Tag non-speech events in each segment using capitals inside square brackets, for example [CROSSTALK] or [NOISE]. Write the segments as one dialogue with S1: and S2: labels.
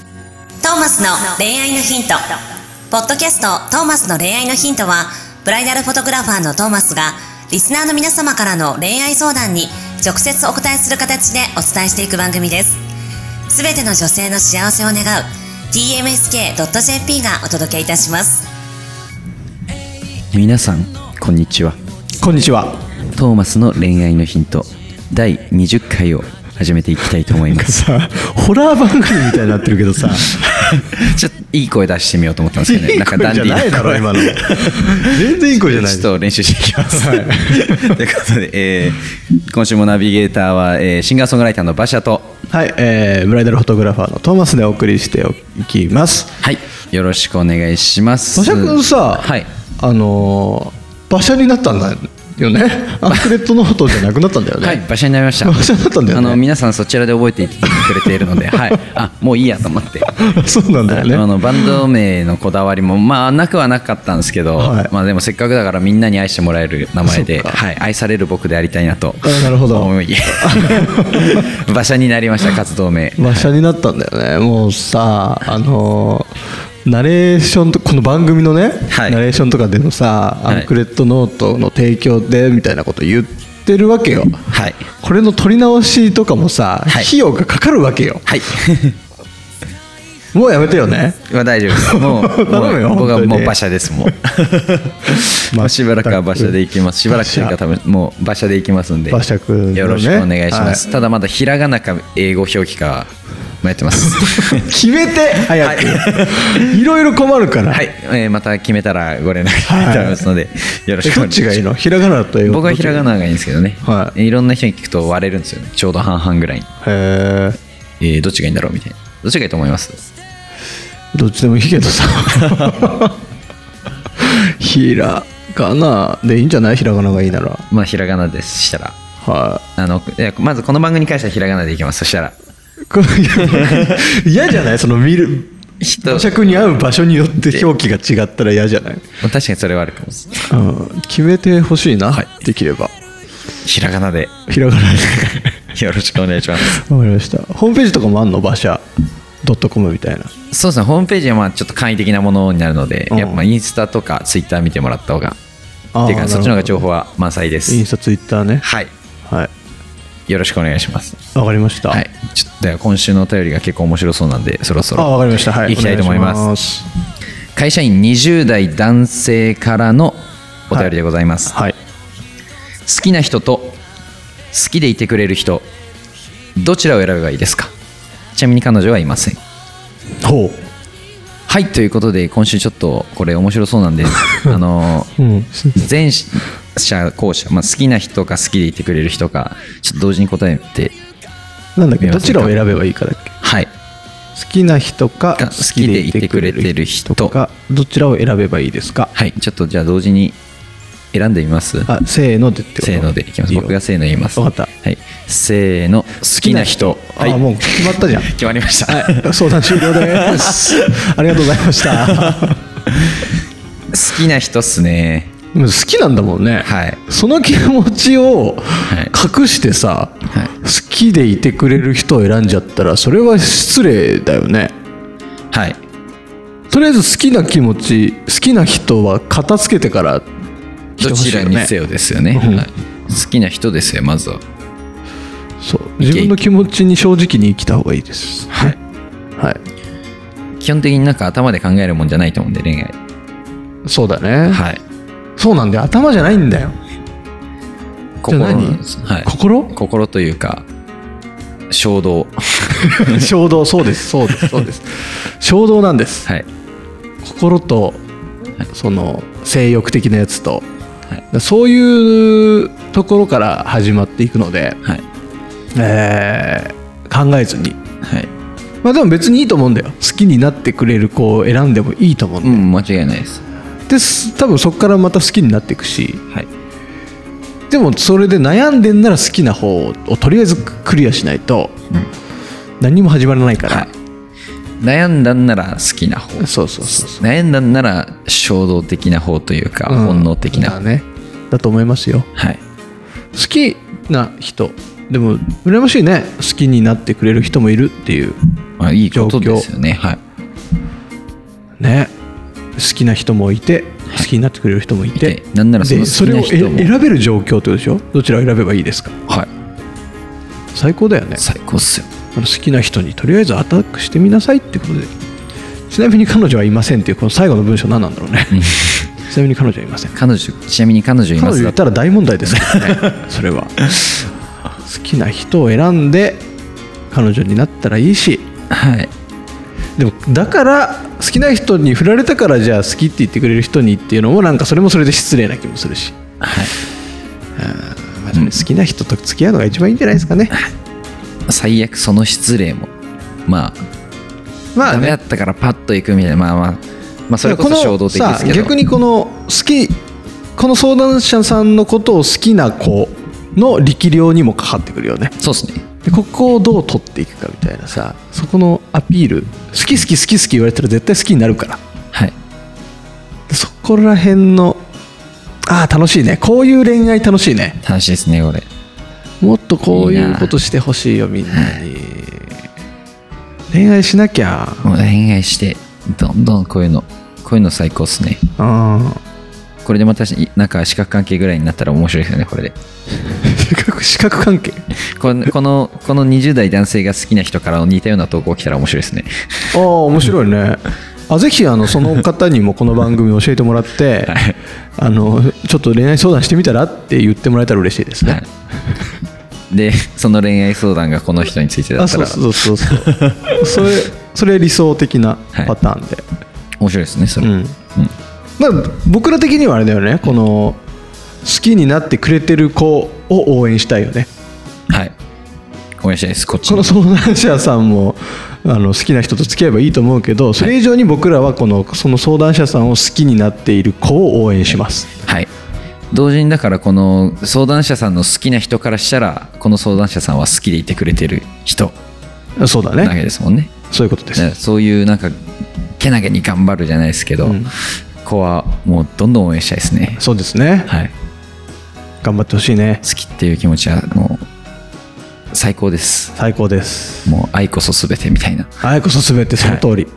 S1: トーマスの恋愛のヒント。ポッドキャストトーマスの恋愛のヒントは、ブライダルフォトグラファーのトーマスが、リスナーの皆様からの恋愛相談に直接お答えする形でお伝えしていく番組です。すべての女性の幸せを願う、tmsk.jp がお届けいたします。
S2: 皆さんこんにちは
S3: こんにちは。
S2: トーマスの恋愛のヒント第20回を始めていきたいと思いま
S3: [LAUGHS]
S2: す
S3: さあ、 [LAUGHS] ホラー番組みたいになってるけどさ、
S2: ちょっといい声出してみようと思ったんですけどね
S3: いい声じゃないだろ、今 [LAUGHS] の。全然いい声じゃない
S2: ちょっと練習していき
S3: [LAUGHS]
S2: ます。ということで、えー今週もナビゲーターは、えーシンガーソングライターの馬車と、
S3: はい、えー、ブライダルフォトグラファーのトーマスでお送りしていきます。
S2: はい、よろしくお願いします。
S3: 馬車くんさ、
S2: はい、
S3: あのー、馬車になったんだよ [LAUGHS] ね。アンクレットノートじゃなくなったんだよね。
S2: はい、馬車になりました。
S3: 馬車になったんだよね
S2: あの皆さんそちらで覚えていてくれているので、はい、あもういいやと思って。
S3: [LAUGHS] そうなんだよね。
S2: あのバンド名のこだわりもまあなくはなかったんですけど、
S3: はい
S2: まあでもせっかくだからみんなに愛してもらえる名前で、
S3: そっか
S2: はい、愛される僕でありたいなと
S3: あなるほど
S2: 思
S3: [LAUGHS]
S2: い馬車になりました活動
S3: [LAUGHS]
S2: 名
S3: 馬車になったんだよね。もうさ、あのー、ナレーションとこの番組のね、
S2: はい
S3: ナレーションとかでもさ、
S2: はい
S3: アンクレットノートの提供でみたいなこと言ってるわけよ。
S2: はい
S3: これの取り直しとかもさ、
S2: はい
S3: 費用がかかるわけよ
S2: はい
S3: もうやめてよね
S2: まあ大丈夫ですもう
S3: 頼むよ
S2: もう僕は
S3: 本当
S2: もう
S3: に
S2: 馬車です
S3: [LAUGHS]
S2: もうもうしばらくは馬車で行きますしばらくというか多分もう馬車で行きますんで
S3: 馬車くんのね
S2: よろしくお願いします、ただまだひらがなか英語表記か迷ってます
S3: [LAUGHS] 決めて早く、い、ろいろ困るから、
S2: はい、えーまた決めたらご連絡いただきますので、よろし
S3: え
S2: くお
S3: ど
S2: 願
S3: っ
S2: いし
S3: ち
S2: ま
S3: がいい
S2: す。
S3: のひらがなと英語
S2: 僕はひらがながいいんですけどね、、
S3: はい
S2: ろんな人に聞くと割れるんですよね、ちょうど半々ぐらいに。
S3: へ
S2: えーどっちがいいんだろうみたいな。どっちがいいと思います
S3: えどっちでもいいけどさ [LAUGHS] ひらがなでいいんじゃないひらがながいいなら
S2: まあ、ひらがなですしたら。
S3: は
S2: あのいやまずこの番組に関してはひらがなでいきます、そしたら。
S3: いこれ嫌じゃないその見る
S2: 人
S3: 馬車くんに合う場所によって表記が違ったら嫌じゃない、
S2: 確かにそれはあるかもしれない
S3: うん、決めてほしいな、できれば
S2: ひらがなで [LAUGHS]
S3: ひらがなで
S2: よろしくお願いします。
S3: わかりました。ホームページとかもあんの馬車ドットコムみたいな。
S2: そうですね、ホームページはまあちょっと簡易的なものになるので、
S3: うん
S2: やっぱインスタとかツイッター見てもらった方が、
S3: あー
S2: っていうか、そっちの方
S3: なるほ
S2: が
S3: ど
S2: 情報は満載で
S3: イン
S2: す。
S3: スタ、ツイッターね。
S2: はい、
S3: はい。
S2: よろしくお願いします。
S3: わかりました。
S2: はい、ちょっとでは今週のお便りが結構面白そうなんでそろそ
S3: あ、わ
S2: ろ
S3: かりました。はい。
S2: いきたいと思います
S3: お願いしま
S2: 会社員20代男性からのお便りでございます、
S3: すはい。
S2: 好きな人と好きでいてくれる人どちらを選べばいいですかちなみに彼女はいません
S3: ほ
S2: はいということで今週ちょっとこれ面白そう
S3: [LAUGHS]
S2: なんであの
S3: う。うん。
S2: 前者後者、まあ、好きな人か好きでいてくれる人かちょっと同時に答えて
S3: なんだっけ、どちらを選べばいいかだっけ。
S2: はい
S3: 好きな人か、
S2: が好きでいてくれてる人
S3: か、どちらを選べばいいですか。
S2: はいちょっとじゃあ同時に選んでみます
S3: あ、せーのでってこと。
S2: せーのでいきます。
S3: よ
S2: 僕がせーの言います。
S3: わかっ
S2: はい。せーの、好きな人。
S3: た。
S2: はい
S3: あ、もう決まったじゃん。
S2: [LAUGHS] 決まりました。
S3: はい。相談終了です。
S2: [LAUGHS]
S3: ありがとうございました。
S2: 好きな人っすね。
S3: でも好きなんだもんね、
S2: はい
S3: その気持ちを
S2: い
S3: 隠してさ、
S2: はい
S3: 好きでいてくれる人を選んじゃったらそれは失礼だよね
S2: はい。
S3: とりあえず好きな気持ち好きな人は片付けてから
S2: どちらにせ
S3: よ
S2: よですよね。
S3: うん
S2: はい好きな人ですよ、まずは。
S3: そう自分の気持ちに正直に生きた方がいいです
S2: はい。
S3: はい
S2: 基本的になんか頭で考えるもんじゃないと思うんで、恋愛。
S3: そうだね、
S2: はい。
S3: そうなんだよ頭じゃないんだよ、
S2: 心
S3: じゃあ何
S2: はい。
S3: 心 [LAUGHS]
S2: 心というか、衝動。
S3: 衝動そうですそう [LAUGHS] ですそうです衝動なんです
S2: はい。
S3: 心と、
S2: はい
S3: その性欲的なやつと、
S2: はい
S3: そういうところから始まっていくので、
S2: はい。
S3: えー考えずに
S2: はい。
S3: まあでも別にいいと思うんだよ好きになってくれる子を選んでもいいと思うん
S2: う
S3: だよ、
S2: ん、間違いないです。
S3: です多分そこからまた好きになっていくし
S2: はい。
S3: でもそれで悩んでんなら好きな方をとりあえずクリアしないと、何も始まらないから、
S2: はい。悩んだんなら好きな方。
S3: そうそうそうそ
S2: 悩んだんなら衝動的な方というか、
S3: う、うん
S2: 本能的な、
S3: だねだと思いますよ
S2: はい
S3: 好きな人でも羨ましいね好きになってくれる人もいるっていう
S2: まあ、いいことですよねはい
S3: ね好きな人もいて好きになってくれる人もいて
S2: いてなんならその
S3: でそ
S2: 好き
S3: れ
S2: な
S3: を
S2: 人も
S3: え選べる状況ってことでしょどちらを選べばいいですか
S2: はい
S3: 最高だよね
S2: 最高っすよ
S3: あの好きな人にとりあえずアタックしてみなさいってことでちなみに彼女はいませんっていうこの最後の文章何なんだろうね [LAUGHS] ちなみに彼女はいません
S2: 彼女ちなみに彼女い
S3: 彼
S2: ま
S3: 女
S2: す
S3: 言
S2: だ
S3: ったら大問題ですから [LAUGHS] それは好きな人を選んで彼女になったらいいし
S2: はい
S3: でもだから好きな人に振られたからじゃあ好きって言ってくれる人にっていうのもなんかそれもそれで失礼な気もするし、
S2: はい
S3: まあ好きな人と付き合うのが一番いいんじゃないですかね、
S2: 最悪その失礼もまあ
S3: まあ
S2: ダメだ
S3: ね
S2: ったからパッと行くみたいなまあまあまあそれこそ衝動的ですけ
S3: さ
S2: ど
S3: あ逆にこの好きこの相談者さんのことを好きな子の力量にもかかってくるよね
S2: そうですね
S3: でここをどう取っていくかみたいなさそこのアピール好き好き好き好き言われたら絶対好きになるから
S2: はい
S3: でそこら辺のああ楽しいねこういう恋愛楽しいね
S2: 楽しいですねこれ
S3: もっとこういうことしてほしいよみんなに恋愛しなきゃ
S2: もう恋愛してどんどんこういうのこういうの最高っすね
S3: あ [LAUGHS]
S2: これでまたいなんか四角関係ぐらいになったら面白いですよねこれで
S3: あ視覚関係
S2: このこのこの20代男性が好きな人からの似たような投稿来たら面白いですね
S3: ああ面白いねあぜひあのその方にもこの番組教えてもらってあのちょっと恋愛相談してみたらって言ってもらえたら嬉しいですね、
S2: はいでその恋愛相談がこの人についてだ
S3: あ
S2: った
S3: そう
S2: ら
S3: そうそうそうそれそれ理想的なパターンで、
S2: 面白いですねそれ、
S3: うんまあ、僕ら的にはあれだよねこの好きになってくれてる子を応援したいよね
S2: はい応援したいですこっち
S3: こ
S2: に
S3: の相談者さんもあの好きな人と付き合えばいいと思うけどそれ以上に僕らはこのその相談者さんを好きになっている子を応援します
S2: はい同時にだからこの相談者さんの好きな人からしたらこの相談者さんは好きでいてくれてる人
S3: そうだ
S2: なわ
S3: ね
S2: けですもんね
S3: そういうことで
S2: だか
S3: す
S2: らそういうなんかけなげに頑張るじゃないですけど、
S3: うん
S2: 子はもうどんどん応援したいですね、
S3: そうですね
S2: はい、
S3: 頑張ってほしいね
S2: 好きっていう気持ちはもう最高です
S3: 最高です
S2: もう愛こそ全てみたいな
S3: あいこそすべてその通り、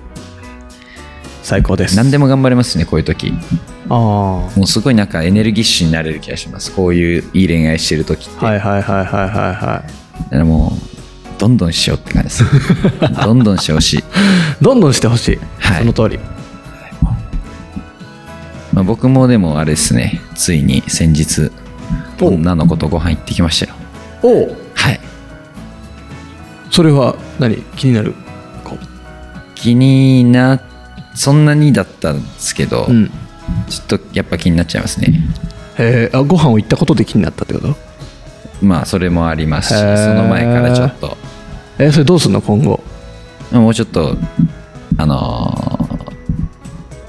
S3: 最高です
S2: 何でも頑張れますねこういう時
S3: あ
S2: もうすごいなんかエネルギッシュになれる気がしますこういういい恋愛してる時って、
S3: あはいはいはいはいはいは
S2: だからもうどんどんしようって感じ
S3: [LAUGHS]
S2: ですどんどんしてほしい、
S3: いどんどんしてほしい、
S2: はい
S3: その通り
S2: まあ、僕もでもあれですねついに先日
S3: お
S2: 女の子とご飯行ってきましたよ
S3: おう
S2: はい
S3: それは何気になる子
S2: 気になそんなにだったんですけど、
S3: うん
S2: ちょっとやっぱ気になっちゃいますね
S3: えー、あご飯を行ったことで気になったってこと
S2: まあそれもありますし
S3: へー
S2: その前からちょっと
S3: えーそれどうすんの今後
S2: もうちょっとあのー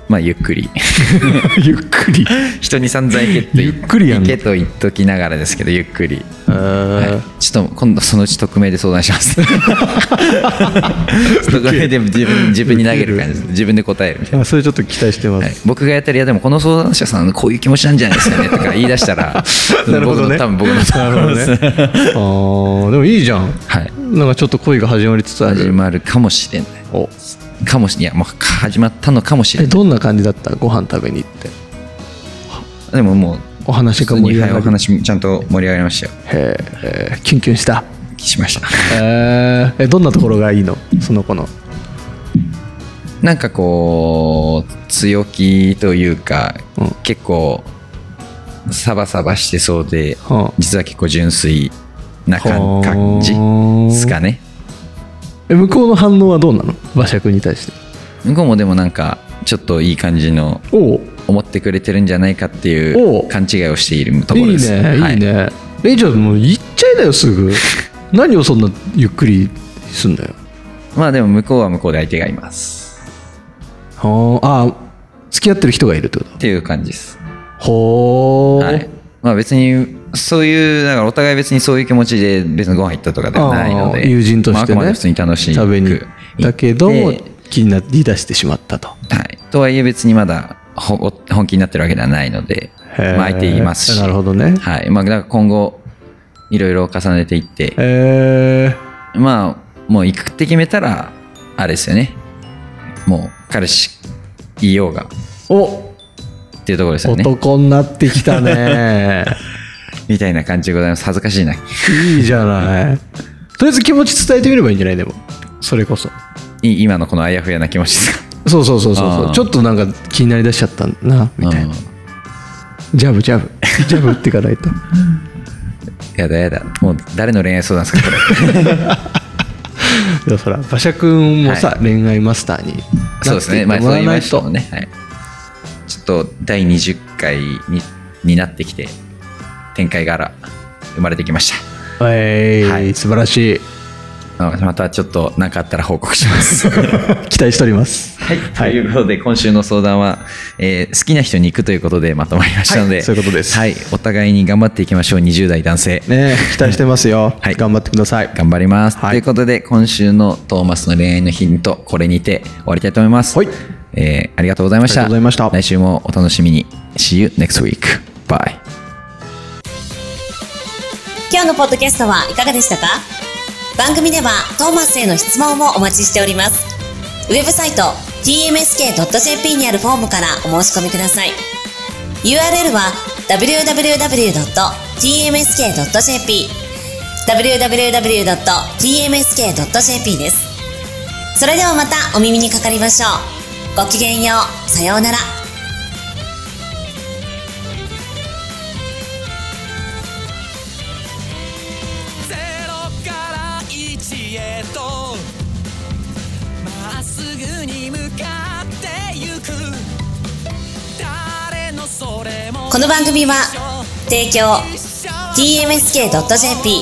S2: まあゆっくり
S3: [LAUGHS] ゆっくり
S2: 人に散々行けと言
S3: ゆっくりやん
S2: 行けと言っときながらですけどゆっくり、
S3: えー
S2: はい、ちょっと今度そのうち匿名で相談します
S3: [LAUGHS]
S2: 匿名で自分自分に投げる感じです自分で答えるみたいな
S3: あそれちょっと期待してま
S2: はい
S3: す、、、
S2: 僕がやったら、いや、でもこの相談者さん、こういう気持ちなんじゃないですかねとか言い出したら
S3: [LAUGHS] なるほどね
S2: 僕の多分僕の
S3: なるほどねあーでもいいじゃん
S2: [LAUGHS] はい、
S3: なんかちょっと恋が始まりつつあ
S2: 始
S3: る
S2: まるかもしれない。
S3: お
S2: かもしいや、もうか始まったのかもしれ
S3: え
S2: ない。
S3: どんな感じだったご飯食べに行って
S2: でももう、
S3: お話が
S2: 普通
S3: 盛
S2: に
S3: り上
S2: はい
S3: が
S2: お
S3: る
S2: 話もちゃんと盛り上がりましたよ。
S3: へえキュンキュンした
S2: しました。
S3: えーえどんなところがいいのその子の
S2: なんかこう、強気というか、
S3: うん
S2: 結構、サバサバしてそうで、
S3: はあ
S2: 実は結構純粋なか
S3: は
S2: ん
S3: あ
S2: 感じですかね。
S3: え向こうの反応はどうなの馬車君に対して
S2: 向こうもでもなんか、ちょっといい感じの
S3: おお
S2: 思ってくれてるんじゃないかってい
S3: お
S2: うう勘違いをしているところ
S3: いい
S2: です。
S3: ね、、
S2: はい
S3: いねえじゃあもう行っちゃいなよすぐ [LAUGHS] 何をそんなゆっくりすんだよ
S2: まあでも向こうは向こうで相手がいます。
S3: はああ付き合ってる人がいるってこと
S2: っていう感じです。
S3: ほー
S2: はい。まあ別に、そういう、だからお互い別にそういう気持ちで別にご飯行ったとかではないの
S3: あー
S2: で。
S3: 友人として
S2: まああくま
S3: ね
S2: で普通に楽しい。
S3: 食べにだけど
S2: はい。
S3: 気になり出してしまったと
S2: とはいえ別にまだほ本気になってるわけではないので、
S3: へー
S2: まあ相手いますし。
S3: なるほどね
S2: はい。まあだから今後、いろいろ重ねていって、
S3: え
S2: まあもう行くって決めたらあれですよねもう彼氏いようが
S3: お
S2: っていうところですよね
S3: 男になってき
S2: [LAUGHS]
S3: たね
S2: みたいな感じでございます恥ずかしいない
S3: いじゃないとりあえず気持ち伝えてみればいいんじゃないでもそれこそ
S2: い今のこのあやふやな気持ちですか
S3: そうそうそうそうそ
S2: あー
S3: うちょっとなんか気になりだしちゃったなみたいなジャブジャブジャブ打っていかない
S2: [LAUGHS]
S3: と
S2: やだやだもう誰の恋愛相談 [LAUGHS] ですかこ
S3: いやそら馬車君もさ、
S2: は
S3: 恋愛マスターに
S2: れそうですね
S3: な
S2: ま
S3: っ
S2: あ
S3: て
S2: そう言い
S3: もらわな
S2: ま
S3: い
S2: した
S3: と、
S2: もんね、はい、ちょっと第20回にになってきて展開が生まれてきました
S3: えー
S2: はい
S3: 素晴らし
S2: [LAUGHS]
S3: い
S2: あまたちょっと何かあったら報告し [LAUGHS] ます。
S3: 期待しております
S2: はい、ということで今週の相談は、えー好きな人に行くということでまとまりましたので、
S3: はいそういうことです
S2: はい、お互いに頑張っていきましょう20代男性、
S3: ねえ期待してますよ、
S2: はい
S3: 頑張ってください
S2: 頑張ります、
S3: はい
S2: ということで今週のトーマスの恋愛のヒントこれにて終わりたいと思います、
S3: はい
S2: えーありがとうございました
S3: ありがとうございました
S2: 来週もお楽しみに See you next week bye
S1: 今日のポッドキャストはいかがでしたか番組ではトーマスへの質問もお待ちしております。ウェブサイト tmsk.jp にあるフォームからお申し込みください。URL は www.tmsk.jp www.tmsk.jp です。それではまたお耳にかかりましょう。ごきげんよう。さようなら。
S4: ゼロから一へとまっすぐに向かってゆく誰のそれも
S1: この番組は提供
S4: 一緒
S1: tmsk.jp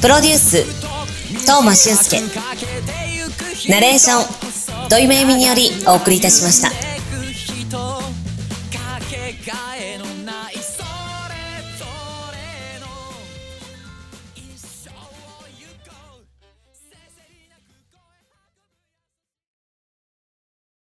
S1: プロデュース東間俊介ナレーション土井めいみによりお送りいたしました。